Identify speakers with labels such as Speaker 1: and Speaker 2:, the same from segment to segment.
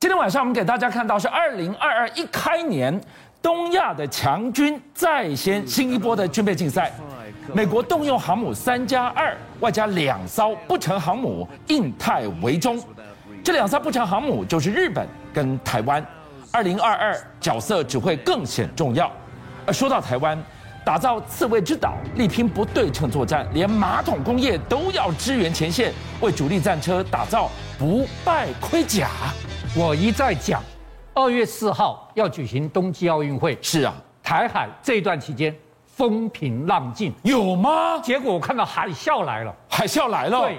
Speaker 1: 今天晚上我们给大家看到是二零二二一开年东亚的强军再掀新一波的军备竞赛。美国动用航母三加二，外加两艘不成航母印太为中，这两艘不成航母就是日本跟台湾。二零二二角色只会更显重要。而说到台湾，打造刺猬之岛，力拼不对称作战，连马桶工业都要支援前线，为主力战车打造不败盔甲。
Speaker 2: 我一再讲，二月四号要举行冬季奥运会，
Speaker 1: 是啊，
Speaker 2: 台海这段期间风平浪静，
Speaker 1: 有吗？
Speaker 2: 结果我看到海啸来了。
Speaker 1: 海啸来了，
Speaker 2: 对，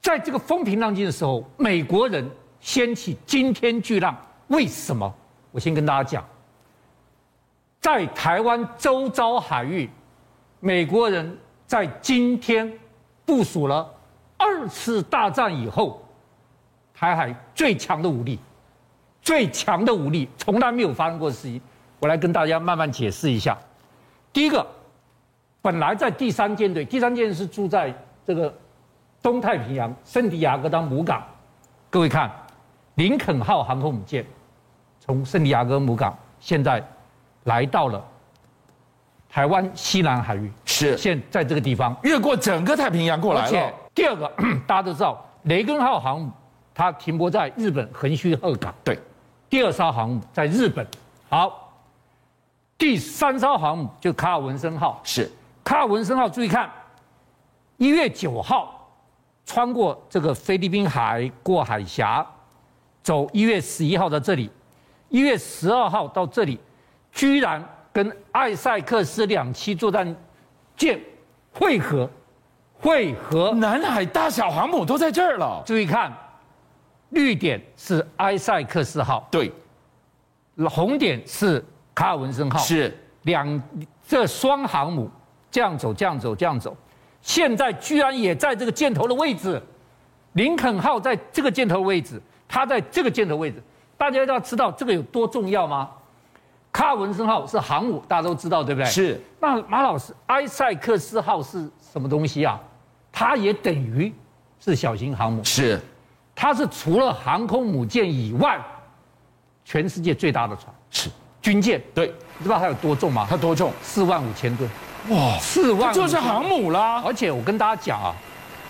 Speaker 2: 在这个风平浪静的时候，美国人掀起惊天巨浪，为什么？我先跟大家讲，在台湾周遭海域，美国人在今天部署了二次大战以后台海最强的武力，最强的武力从来没有发生过的事情。我来跟大家慢慢解释一下。第一个，本来在第三舰队，第三舰队是住在这个东太平洋圣地亚哥当母港。各位看，林肯号航空母舰从圣地亚哥母港现在来到了台湾西南海域，
Speaker 1: 是
Speaker 2: 现在这个地方。
Speaker 1: 越过整个太平洋过
Speaker 2: 而
Speaker 1: 来
Speaker 2: 且
Speaker 1: 了，
Speaker 2: 第二个， 大家都知道，雷根号航母它停泊在日本横须贺港，
Speaker 1: 对，
Speaker 2: 第二艘航母在日本，好，第三艘航母就卡尔文森号，
Speaker 1: 是
Speaker 2: 卡尔文森号，注意看，一月九号穿过这个菲律宾海过海峡，走一月十一号到这里，一月十二号到这里，居然跟艾塞克斯两栖作战舰汇合，汇合。
Speaker 1: 南海大小航母都在这儿了。
Speaker 2: 注意看，绿点是埃塞克斯号，
Speaker 1: 对，
Speaker 2: 红点是卡尔文森号。
Speaker 1: 是
Speaker 2: 两这双航母这样走，这样走，这样走，现在居然也在这个箭头的位置。林肯号在这个箭头位置，它在这个箭头位置，大家要知道这个有多重要吗？卡尔文森号是航母，大家都知道，对不对？。
Speaker 1: 是，
Speaker 2: 那马老师，埃塞克斯号是什么东西啊？它也等于是小型航母。
Speaker 1: 是
Speaker 2: 它是除了航空母舰以外，全世界最大的船，
Speaker 1: 是，
Speaker 2: 军舰。
Speaker 1: 对，
Speaker 2: 你知道它有多重吗？
Speaker 1: 它多重？
Speaker 2: 四万五千吨，
Speaker 1: 哇，
Speaker 2: 四万
Speaker 1: 它就是航。母啦，
Speaker 2: 而且我跟大家讲啊，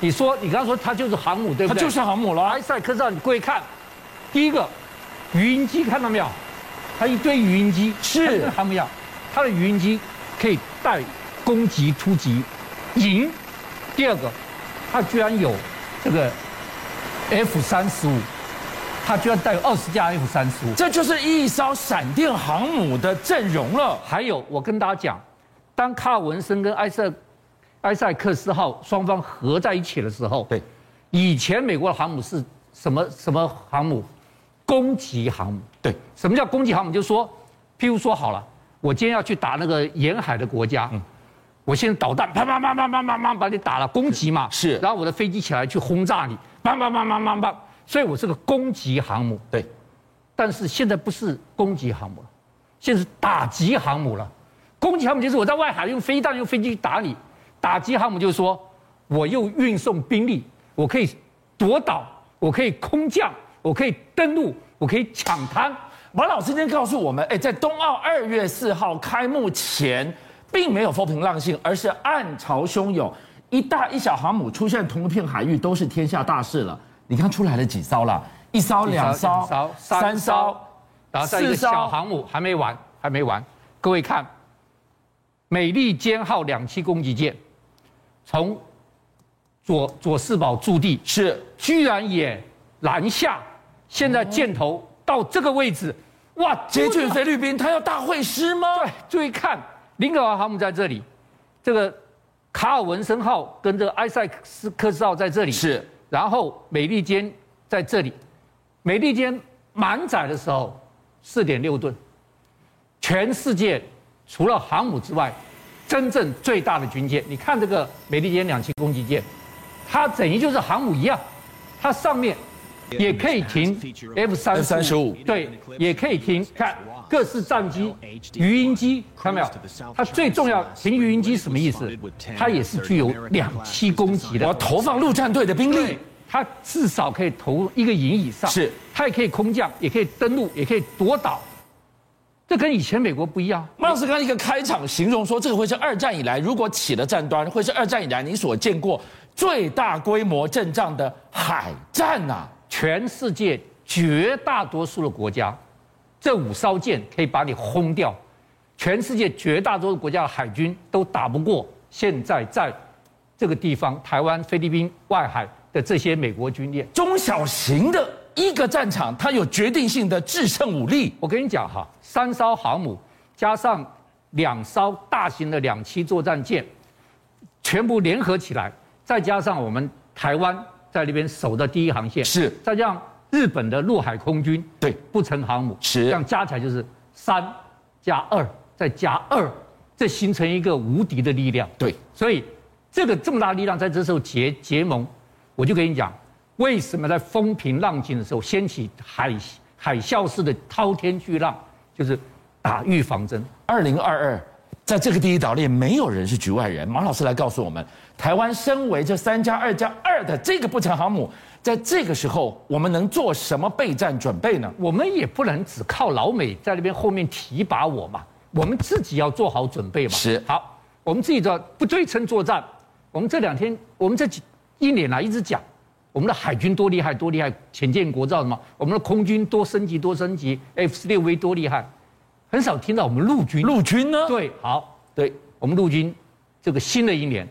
Speaker 2: 你说你刚刚说它就是航母，对不
Speaker 1: 它
Speaker 2: 对？
Speaker 1: 就是航母啦
Speaker 2: 埃。塞克斯号，你过去看，第一个语音机看到没有？它一堆语音机，
Speaker 1: 是
Speaker 2: 它跟航母一样，它的语音机可以带攻击、突击、营。第二个，它居然有这个 F 三十五，它居然带有二十架 F 三十五。
Speaker 1: 这就是一艘闪电航母的阵容了。
Speaker 2: 还有，我跟大家讲，当卡尔文森跟埃塞埃塞克斯号双方合在一起的时候，
Speaker 1: 对，
Speaker 2: 以前美国的航母是什么什么航母？攻击航母。
Speaker 1: 对，
Speaker 2: 什么叫攻击航母？就是说，譬如说好了，我今天要去打那个沿海的国家，
Speaker 1: 嗯
Speaker 2: 我现在导弹啪啪啪啪啪啪啪把你打了，攻击嘛。
Speaker 1: 是
Speaker 2: 然后我的飞机起来去轰炸你，啪啪啪啪啪啪。所以我是个攻击航母。
Speaker 1: 对，
Speaker 2: 但是现在不是攻击航母了，现在是打击航母了。攻击航母就是我在外海用飞弹、用飞机去打你；打击航母就是说，我又运送兵力，我可以夺岛，我可以空降，我可以登陆，我可以抢滩。
Speaker 1: 马老师今天告诉我们，哎，在冬奥二月四号开幕前，并没有风平浪静，而是暗潮汹涌，一大一小航母出现同一片海域，都是天下大事了。你看出来了几艘了？一艘、两艘、
Speaker 2: 三
Speaker 1: 三艘
Speaker 2: 艘，，然后再一个
Speaker 1: 四艘
Speaker 2: 小航母还没完，还没完。各位看，美利坚号两栖攻击舰从左左四堡驻地
Speaker 1: 是
Speaker 2: 居然也南下，现在箭头到这个位置，哇，
Speaker 1: 接
Speaker 2: 这
Speaker 1: 近菲律宾，他要大会师吗？
Speaker 2: 对，注意看，林肯号航母在这里，这个卡尔文森号跟这个埃塞克斯号在这里，
Speaker 1: 是
Speaker 2: 然后美利坚在这里，美利坚满载的时候四点六吨，全世界除了航母之外，真正最大的军舰。你看这个美利坚两栖攻击舰，它等于就是航母一样，它上面也可以停 F 三
Speaker 1: F-35
Speaker 2: 对，也可以停。看各式战机、鱼鹰机，看到没有？它最重要，停鱼鹰机什么意思？它也是具有两栖攻击的。
Speaker 1: 我要投放陆战队的兵力
Speaker 2: 对，它至少可以投一个营以上，
Speaker 1: 是
Speaker 2: 它也可以空降，也可以登陆，也可以夺岛，这跟以前美国不一样。
Speaker 1: 马老师刚刚一个开场形容说，这个会是二战以来如果起了战端，会是二战以来你所见过最大规模阵仗的海战啊呐、
Speaker 2: 全世界绝大多数的国家，这五艘舰可以把你轰掉。全世界绝大多数国家的海军都打不过现在在这个地方台湾、菲律宾外海的这些美国军舰。
Speaker 1: 中小型的一个战场，它有决定性的制胜武力。
Speaker 2: 我跟你讲哈，三艘航母加上两艘大型的两栖作战舰，全部联合起来，再加上我们台湾在那边守的第一航线，
Speaker 1: 是
Speaker 2: 再加上日本的陆海空军，
Speaker 1: 对
Speaker 2: 不成航母，
Speaker 1: 是
Speaker 2: 这样加起来就是三加二再加二，这形成一个无敌的力量。
Speaker 1: 对，
Speaker 2: 所以这个这么大力量在这时候结结盟，我就跟你讲，为什么在风平浪静的时候掀起海海啸式的滔天巨浪，就是打预防针。
Speaker 1: 二零二二，在这个第一岛链，没有人是局外人。马老师来告诉我们，台湾身为这三加二加二的这个不成航母，在这个时候，我们能做什么备战准备呢？
Speaker 2: 我们也不能只靠老美在那边后面提拔我嘛，我们自己要做好准备嘛。
Speaker 1: 是
Speaker 2: 好，我们自己做不对称作战。我们这两天，我们这几一年来一直讲，我们的海军多厉害，多厉害，潜舰国造什么？我们的空军多升级，多升级，F 十六 V 多厉害，很少听到我们陆军。
Speaker 1: 陆军呢？
Speaker 2: 对，好，
Speaker 1: 对，嗯
Speaker 2: 我们陆军这个新的一年，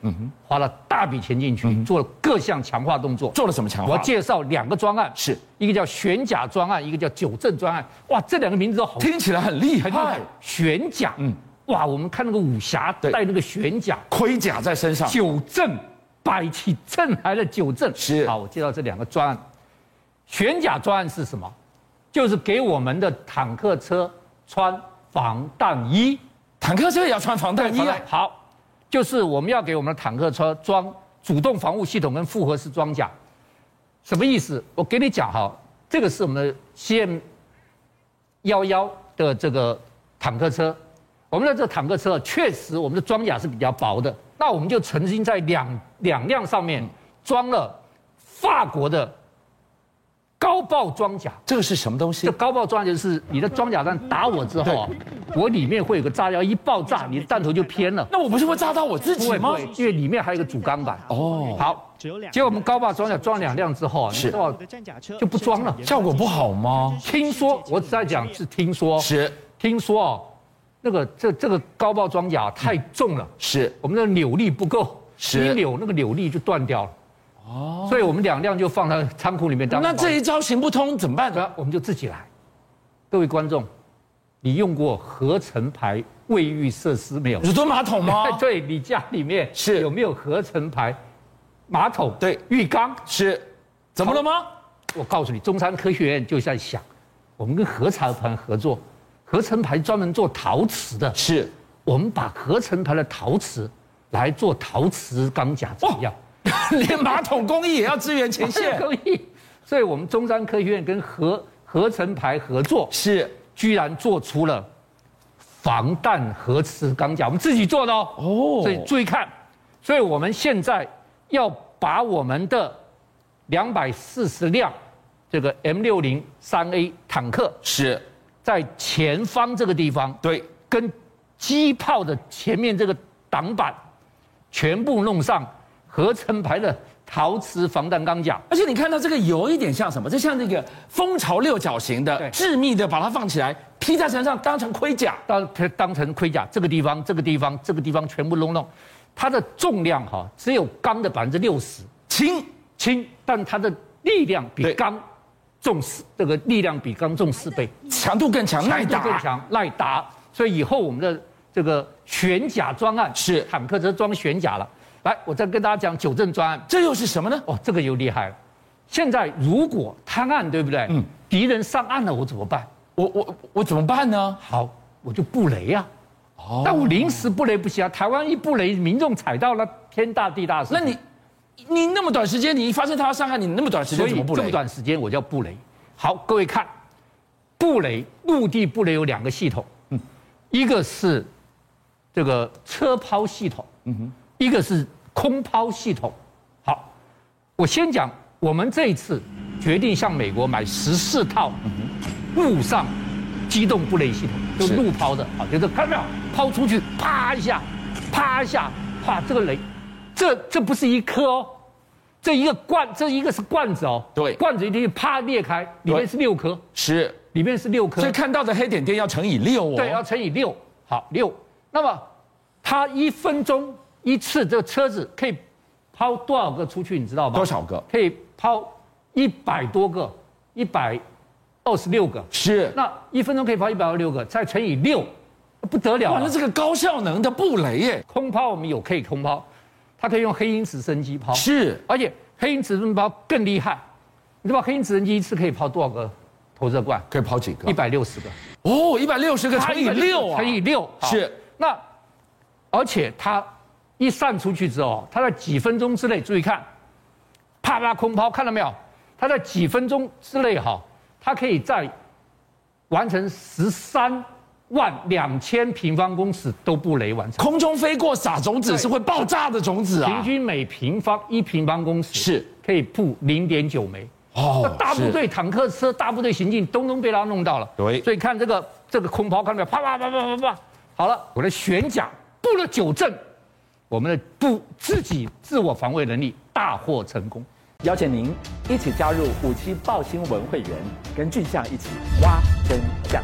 Speaker 2: 花了大笔钱进去，做了各项强化动作。
Speaker 1: 做了什么强
Speaker 2: 我
Speaker 1: 化
Speaker 2: 要？介绍两个专案，
Speaker 1: 是
Speaker 2: 一个叫玄甲专案，一个叫九正专案。哇，这两个名字都好
Speaker 1: 听起来很厉
Speaker 2: 很厉
Speaker 1: 害
Speaker 2: 害，。玄甲，嗯，哇，我们看那个武侠
Speaker 1: 对啊
Speaker 2: 带那个玄甲，
Speaker 1: 盔甲在身上。
Speaker 2: 九正摆起正来的九正
Speaker 1: 是
Speaker 2: 好，我介绍这两个专案。玄甲专案是什么？就是给我们的坦克车穿防弹衣。
Speaker 1: 坦克车也要穿防弹衣
Speaker 2: 好
Speaker 1: 啊
Speaker 2: 了！好，就是我们要给我们的坦克车装主动防护系统跟复合式装甲，什么意思？我给你讲哈，这个是我们的 CM 幺幺的这个坦克车，我们的这个坦克车确实我们的装甲是比较薄的，那我们就曾经在两两辆上面装了法国的高爆装甲。
Speaker 1: 这个是什么东西
Speaker 2: 这？高爆装甲就是你的装甲弹打我之后啊，我里面会有个炸药，一爆炸，你的弹头就偏了。
Speaker 1: 那我不是会炸到我自
Speaker 2: 不
Speaker 1: 己
Speaker 2: 会不
Speaker 1: 吗？
Speaker 2: 会，因为里面还有一个主钢板。
Speaker 1: 哦
Speaker 2: 好，
Speaker 3: 只有两个人
Speaker 2: 结果我们高爆装甲装两辆之后啊，你知道
Speaker 3: 我的战甲车
Speaker 2: 就不装了
Speaker 1: 效果不好吗？
Speaker 2: 听说我只在讲是听说，
Speaker 1: 是
Speaker 2: 听说哦，那个这这个高爆装甲太重了，
Speaker 1: 是，
Speaker 2: 我们的扭力不够，
Speaker 1: 是
Speaker 2: 一扭那个扭力就断掉了。哦，所以我们两辆就放在仓库里面当。
Speaker 1: 那这一招行不通怎么办呢？
Speaker 2: 那啊我们就自己来。各位观众，你用过合成牌卫浴设施没有？
Speaker 1: 你蹲马桶吗
Speaker 2: 哎，？对你家里面
Speaker 1: 哦是
Speaker 2: 有没有合成牌马桶？
Speaker 1: 对
Speaker 2: 浴缸。
Speaker 1: 是，怎么了吗？
Speaker 2: 我告诉你，中山科学院就在想，我们跟合成牌合作，合成牌专门做陶瓷的，
Speaker 1: 是，
Speaker 2: 我们把合成牌的陶瓷来做陶瓷钢甲
Speaker 1: 哦
Speaker 2: 怎么样？
Speaker 1: 连马桶工艺也要支援前线。
Speaker 2: 可以。 所以我们中山科学院跟合合成牌合作，
Speaker 1: 是
Speaker 2: 居然做出了防弹核磁钢甲，我们自己做的哦。
Speaker 1: 哦
Speaker 2: 所以注意看，所以我们现在要把我们的两百四十辆这个 M 六零三 A 坦克
Speaker 1: 是，
Speaker 2: 在前方这个地方，
Speaker 1: 对，
Speaker 2: 跟机炮的前面这个挡板，全部弄上合成牌的陶瓷防弹钢甲。
Speaker 1: 而且你看到这个有一点像什么？这像那个蜂巢六角形的，
Speaker 2: 对
Speaker 1: 致密的，把它放起来披在身上当成盔甲。
Speaker 2: 当当成盔甲，这个地方、这个地方、这个地方全部弄弄，它的重量哈、只有钢的百分之六十
Speaker 1: 轻，
Speaker 2: 轻，但它的力量比
Speaker 1: 对
Speaker 2: 钢重四，这个力量比钢重四倍，
Speaker 1: 强度更强，耐
Speaker 2: 强度更
Speaker 1: 打。
Speaker 2: 强，耐打。所以以后我们的这个悬甲专案
Speaker 1: 是
Speaker 2: 坦克车装悬甲了。来，我再跟大家讲九正专案，
Speaker 1: 这又是什么呢？
Speaker 2: 哦，这个又厉害了。现在如果滩岸对不对？嗯，敌人上岸了，我怎么办？
Speaker 1: 我我我怎么办呢？
Speaker 2: 好，我就布雷呀、哦，但我临时布雷不行啊，台湾一布雷，民众踩到了天大地大事。
Speaker 1: 那你你那么短时间，你一发现他要伤害你，你那么短时
Speaker 2: 所
Speaker 1: 间怎
Speaker 2: 以
Speaker 1: 么不
Speaker 2: 这么
Speaker 1: 雷？
Speaker 2: 短时间我叫布雷。好，各位看，布雷陆地布雷有两个系统，嗯一个是这个车抛系统，一个是空抛系统。好，我先讲我们这一次决定向美国买十四套陆上机动布雷系统，就是陆抛的啊，就是看到没有，抛出去，啪一下，啪一下，哇，这个雷，这这不是一颗哦，这一个罐，这一个是罐子哦，
Speaker 1: 对
Speaker 2: 罐子一定啪裂开，里面
Speaker 1: 对
Speaker 2: 是六颗，
Speaker 1: 是，
Speaker 2: 里面是六颗，
Speaker 1: 所以看到的黑点电要乘以六哦。
Speaker 2: 对，要乘以六，好六。那么它一分钟一次，这个车子可以抛多少个出去，你知道吗？
Speaker 1: 多少个？
Speaker 2: 可以抛一百多个，一百二十六个。
Speaker 1: 是。
Speaker 2: 那一分钟可以抛一百二十六个，再乘以六，不得了
Speaker 1: 哇，
Speaker 2: 了
Speaker 1: 那。这个高效能的布雷耶，
Speaker 2: 空抛我们有可以空抛，它可以用黑鹰直升机抛，
Speaker 1: 啊是
Speaker 2: 而且黑鹰直升机抛更厉害。你知道黑鹰直升机一次可以抛多少个投射罐？
Speaker 1: 可以跑几个？
Speaker 2: 一百六十个。
Speaker 1: 哦，一百六十个
Speaker 2: 它
Speaker 1: 乘以六啊，
Speaker 2: 乘以六好
Speaker 1: 是
Speaker 2: 那，而且它一散出去之后，它在几分钟之内，注意看，啪啪空抛，看到没有？它在几分钟之内哈，它可以在完成十三万两千平方公尺都不雷完成，
Speaker 1: 空中飞过撒种子是会爆炸的种子
Speaker 2: 平
Speaker 1: 啊，
Speaker 2: 均每平方一平方公尺
Speaker 1: 是
Speaker 2: 可以布零点九枚。那
Speaker 1: 哦
Speaker 2: 大部
Speaker 1: 是
Speaker 2: 队、坦克车、大部队行进，通通被他弄到了。
Speaker 1: 对
Speaker 2: 所以看这个这个空抛，看到没有？啪啪啪啪啪啪，好了，我的悬甲布了九阵，我们的布自己自我防卫能力大获成功。
Speaker 3: 邀请您一起加入五七报新闻会员，跟俊相一起挖真相。